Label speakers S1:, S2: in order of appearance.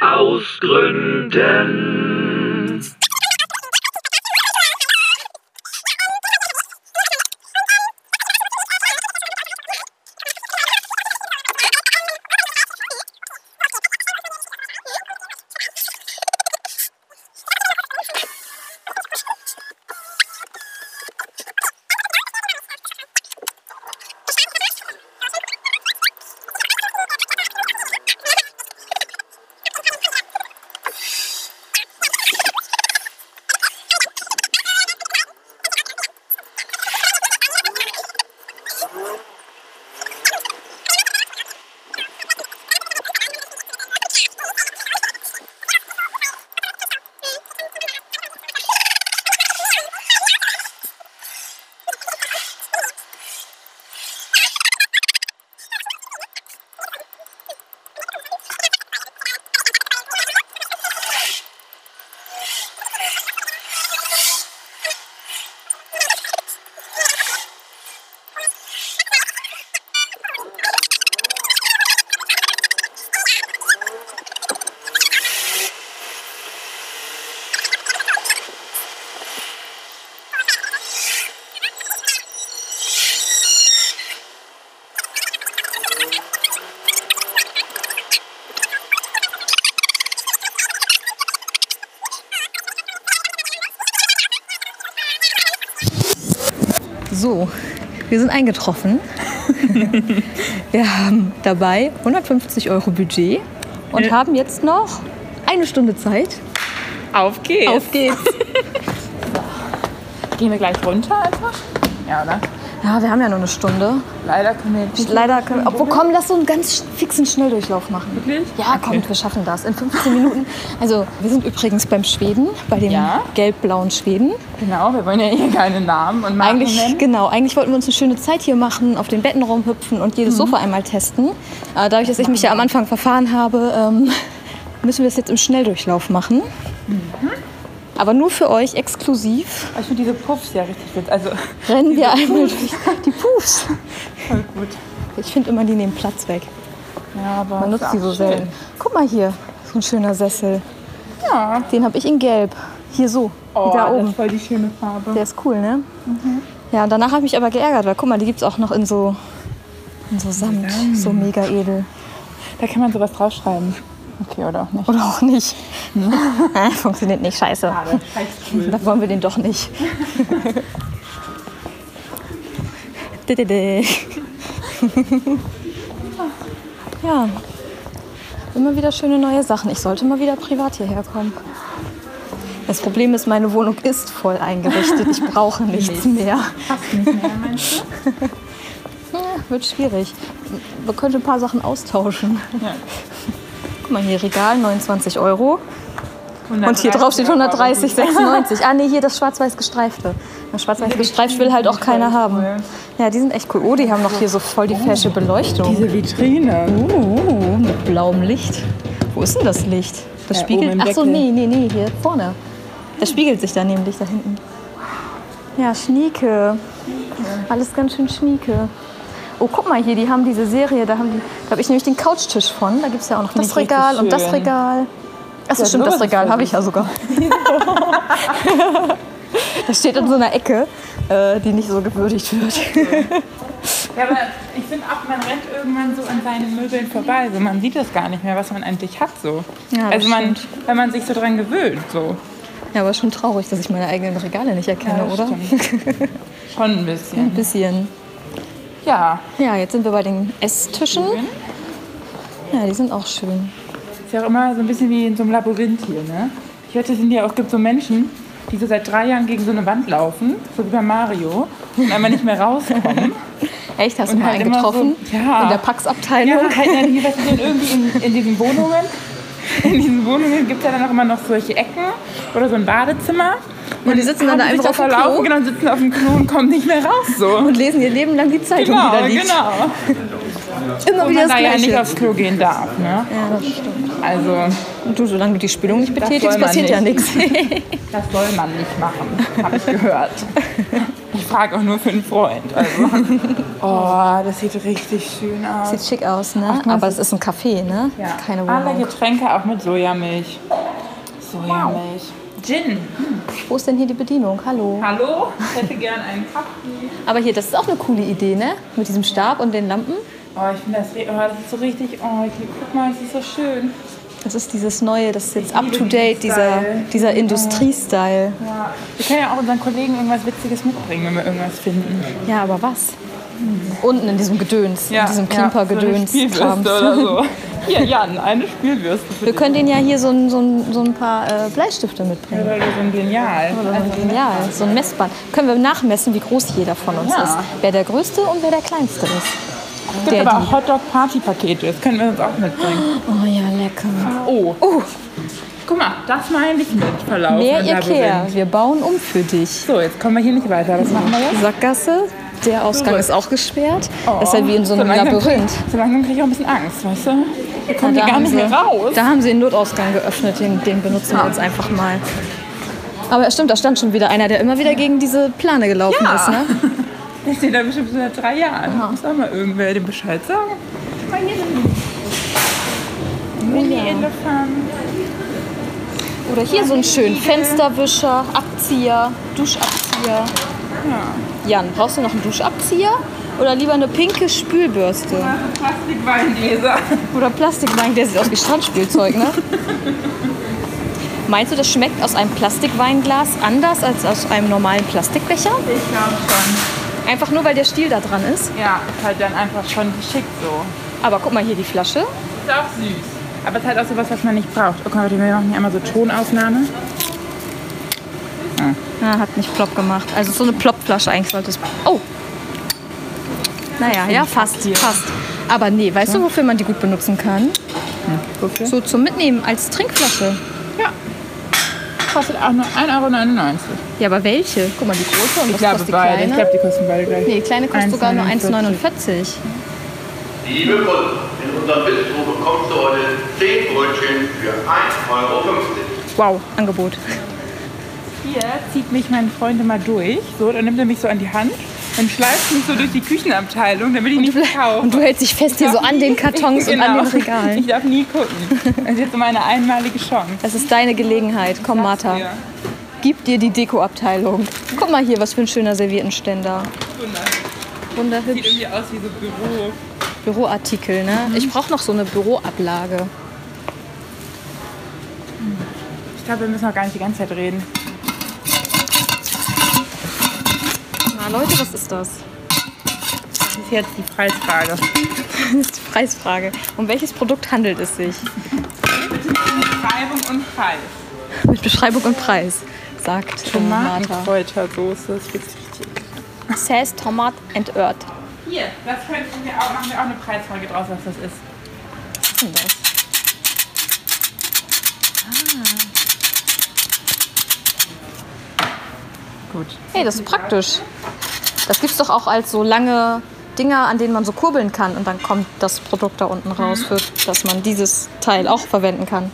S1: aus Gründen.
S2: So, wir sind eingetroffen. wir haben dabei 150 Euro Budget und haben jetzt noch eine Stunde Zeit.
S3: Auf geht's.
S2: Auf geht's.
S3: Gehen wir gleich runter einfach? Ja, oder?
S2: Ja, wir haben ja nur eine Stunde.
S3: Leider können wir jetzt nicht.
S2: Leider können wir. Obwohl, komm, lass so einen ganz fixen Schnelldurchlauf machen.
S3: Wirklich?
S2: Ja, kommt, wir schaffen das. In 15 Minuten. Also, wir sind übrigens beim Schweden, bei dem
S3: Ja?
S2: gelb-blauen Schweden.
S3: Genau, wir wollen ja hier keine Namen und Marken
S2: Eigentlich,
S3: nennen.
S2: genau, eigentlich wollten wir uns eine schöne Zeit hier machen, auf den Betten rumhüpfen und
S3: Mhm.
S2: jedes Sofa einmal testen. Aber dadurch, dass ich mich ja am Anfang verfahren habe, ähm, müssen wir das jetzt im Schnelldurchlauf machen.
S3: Mhm.
S2: Aber nur für euch exklusiv
S3: Aber Ich finde diese Puffs ja richtig witzig. Also,
S2: rennen wir einmal durch die Puffs.
S3: voll gut.
S2: Ich finde immer, die nehmen Platz weg.
S3: Ja, aber
S2: Man
S3: ist
S2: nutzt die
S3: auch
S2: so
S3: schön.
S2: selten. Guck mal hier, so ein schöner Sessel.
S3: Ja.
S2: Den habe ich in Gelb. Hier so,
S3: Oh,
S2: da
S3: das
S2: oben.
S3: ist voll die schöne Farbe.
S2: Der ist cool, ne? Ja, und danach habe ich mich aber geärgert, weil guck mal, die gibt es auch noch in so, in so Samt, so mega edel.
S3: Da kann man sowas draufschreiben. Okay, oder auch nicht.
S2: Oder auch nicht. Funktioniert nicht, scheiße. Da wollen wir den doch nicht. Dididi. ja, immer wieder schöne neue Sachen. Ich sollte mal wieder privat hierher kommen. Das Problem ist, meine Wohnung ist voll eingerichtet. Ich brauche nichts mehr. Ja, Wird schwierig. Wir könnten ein paar Sachen austauschen. Guck mal hier, Regal, 29 Euro. Und hier drauf steht 130, 96. Ah, nee, hier das schwarz-weiß gestreifte. Das schwarz-weiß gestreift will halt auch keiner haben. Ja, die sind echt cool. Oh, die haben noch hier so voll die fesche Beleuchtung.
S3: Diese Vitrine. Uh.
S2: Oh, mit blauem Licht. Wo ist denn das Licht? Das
S3: Ja,
S2: spiegelt.
S3: oben im
S2: Ach so,
S3: Deckel.
S2: nee, nee, nee, hier vorne. Das spiegelt sich da nämlich da hinten. Ja, Schnieke. Alles ganz schön Schnieke. Oh, guck mal hier, die haben diese Serie, da haben die, da habe ich nämlich den Couchtisch von. Da gibt es ja auch noch das
S3: ich richtig
S2: Regal und das
S3: schön.
S2: Regal. Achso,
S3: Ja,
S2: stimmt,
S3: sowas
S2: das
S3: ist
S2: Regal
S3: voll
S2: habe ich ja sogar. das steht in so einer Ecke, äh, die nicht so gewürdigt wird.
S3: Ja, aber ich finde auch, man rennt irgendwann so an seinen Möbeln vorbei. So, man sieht das gar nicht mehr, was man eigentlich hat. So.
S2: Ja, das
S3: also man, wenn man sich so dran gewöhnt. So.
S2: Ja, aber schon traurig, dass ich meine eigenen Regale nicht erkenne,
S3: das
S2: oder?
S3: stimmt. Schon ein
S2: Ein
S3: bisschen.
S2: bisschen.
S3: Ja,
S2: Ja, jetzt sind wir bei den Esstischen. Ja, die sind auch schön.
S3: ist ja auch immer so ein bisschen wie in so einem Labyrinth hier. Ne? Ich hörte, es sind ja auch gibt so Menschen, die so seit drei Jahren gegen so eine Wand laufen, so wie bei Mario, und einmal nicht mehr rauskommen.
S2: Echt, hast du
S3: Und
S2: mal
S3: halt
S2: einen
S3: immer
S2: getroffen?
S3: so- ja.
S2: In der Packsabteilung?
S3: Ja, halt, ja, die weißt du, sind irgendwie in, in diesen Wohnungen. In diesen Wohnungen gibt es ja dann auch immer noch solche Ecken oder so ein Badezimmer. Ah, Und,
S2: die sitzen dann
S3: haben
S2: da
S3: sich
S2: einfach auf dem
S3: verlaufen,
S2: Klo.
S3: Genau, sitzen auf dem Klo und kommen nicht mehr raus. So.
S2: Und lesen ihr Leben lang die Zeitung, die da
S3: Genau,
S2: liegt.
S3: genau.
S2: Immer
S3: Und
S2: wieder
S3: man
S2: das
S3: da ja
S2: Gleiche.
S3: nicht aufs Klo gehen darf. Ne?
S2: Ja, das stimmt.
S3: Also,
S2: Und du, solange du die Spülung nicht
S3: Das
S2: betätigst,
S3: soll man
S2: passiert ja nichts.
S3: das soll man nicht machen, habe ich gehört. Ich frage auch nur für einen Freund. Also. oh, das sieht richtig schön aus.
S2: Sieht schick aus, ne? Aber es ist ein Café, ne?
S3: Ja.
S2: Keine
S3: Alle
S2: Wohnung.
S3: Getränke auch mit Sojamilch. Sojamilch. Gin.
S2: Wo ist denn hier die Bedienung? Hallo.
S3: Hallo, ich hätte gern einen Kaffee.
S2: Aber hier, das ist auch eine coole Idee, ne? Mit diesem Stab und den Lampen.
S3: Oh, ich finde das, ri- oh, das ist so richtig. Oh, ich, guck mal, es ist so schön.
S2: Das ist dieses neue, das ist jetzt
S3: Ich liebe
S2: up to date,
S3: diesen
S2: dieser,
S3: Style.
S2: dieser Industriestyle.
S3: Ja. Wir können ja auch unseren Kollegen irgendwas Witziges mitbringen, wenn wir irgendwas finden.
S2: Ja, aber was? Unten in diesem Gedöns, in diesem Klimpergedöns.
S3: so eine Spielbürste oder so. Hier, Jan, eine Spielbürste für
S2: Wir können denen ja hier so ein, so ein, so ein paar äh, Bleistifte mitbringen.
S3: Oder so ein Genial. Also,
S2: Ja, so ein Messband. Können wir nachmessen, wie groß jeder von uns
S3: Ja.
S2: ist. Wer der Größte und wer der Kleinste ist.
S3: es gibt
S2: der
S3: aber
S2: die-
S3: auch Hotdog-Party-Pakete, das können wir uns auch mitbringen.
S2: Oh ja, lecker.
S3: Oh,
S2: Oh,
S3: guck mal, das meine ich mit Verlauf.
S2: mehr
S3: und
S2: Ikea.
S3: Labyrinth.
S2: Wir bauen um für dich.
S3: So, jetzt kommen wir hier nicht weiter. Was machen wir jetzt?
S2: Sackgasse. Der Ausgang
S3: Zurück.
S2: ist auch gesperrt. Das ist halt wie in so einem
S3: langsam
S2: Labyrinth.
S3: Krieg, so langsam kriege ich auch ein bisschen Angst, weißt du? Wir kommen
S2: Na,
S3: hier
S2: da
S3: gar
S2: haben
S3: nicht mehr
S2: sie-
S3: raus.
S2: Da haben sie den Notausgang geöffnet, den, den benutzen wir jetzt einfach mal. Aber ja, stimmt, da stand schon wieder einer, der immer wieder gegen diese Plane gelaufen
S3: Ja.
S2: ist. Ne?
S3: Der steht da bestimmt schon seit drei Jahren. Muss auch mal irgendwer dem Bescheid sagen. Guck mal hier sind Mini-Elefant.
S2: Oder hier so einen schönen Fensterwischer, Abzieher, Duschabzieher. Jan, brauchst du noch einen Duschabzieher? Oder lieber eine pinke Spülbürste?
S3: Plastikweingläser.
S2: Oder Plastikwein, der sieht aus wie Strandspielzeug, ne? Meinst du, das schmeckt aus einem Plastikweinglas anders als aus einem normalen Plastikbecher?
S3: Ich glaube schon.
S2: Einfach nur, weil der Stiel da dran ist.
S3: Ja, ist halt dann einfach schon schick so.
S2: Aber guck mal hier die Flasche.
S3: Ist auch süß. Aber es ist halt auch sowas, was man nicht braucht. Okay, warte, wir machen hier einmal so Tonaufnahme.
S2: Ja, hat nicht plopp gemacht. Also so eine Ploppflasche eigentlich sollte es. Oh! Naja, ja, fast, fast. Aber nee, weißt du, wofür man die gut benutzen kann?
S3: Wofür?
S2: So zum Mitnehmen als Trinkflasche.
S3: Ja. Kostet auch nur 1,99 Euro.
S2: Ja, aber welche? Guck mal, die große und
S3: Ich
S2: was
S3: glaube
S2: kostet die
S3: beide. Ich
S2: kleine?
S3: glaube, die kosten beide gleich.
S2: nee, die kleine kostet sogar nur
S3: 1,49.
S2: 1,49.
S1: Liebe Kunden, in unserem Bistro bekommst du heute 10 Brötchen für 1,50 Euro.
S2: Wow, Angebot.
S3: Hier zieht mich mein Freund immer durch. So, dann nimmt er mich so an die Hand und schleift mich so durch die Küchenabteilung, damit ich nicht kaufe. Genau.
S2: Und du hältst dich fest hier so an den Kartons und an den
S3: Ich
S2: Regalen.
S3: darf nie gucken. Das ist jetzt so meine einmalige Chance.
S2: Das ist deine Gelegenheit. Komm, Martha.
S3: Ja.
S2: Gib dir die Dekoabteilung. Guck mal hier, was für ein schöner Serviettenständer.
S3: Wunderbar. Sieht
S2: Wunderhübsch.
S3: irgendwie aus wie so Büro.
S2: Büroartikel, ne? Ich brauche noch so eine Büroablage.
S3: Ich glaube, wir müssen auch gar nicht die ganze Zeit reden.
S2: Na Leute, was ist das?
S3: Das ist jetzt die Preisfrage.
S2: Das ist die Preisfrage. Um welches Produkt handelt es sich?
S3: Beschreibung und Preis.
S2: Mit Beschreibung und Preis, sagt äh, Martha.
S3: Tomatenkräutersoße. Das gibt's richtig.
S2: Says Tomat and Earth.
S3: Hier, das könnten wir auch, machen wir auch eine Preisfrage draus, was das ist.
S2: Was ist denn das? Ah.
S3: Gut.
S2: Hey, das ist praktisch. Das gibt's doch auch als so lange Dinger, an denen man so kurbeln kann und dann kommt das Produkt da unten raus, für, dass man dieses Teil auch verwenden kann.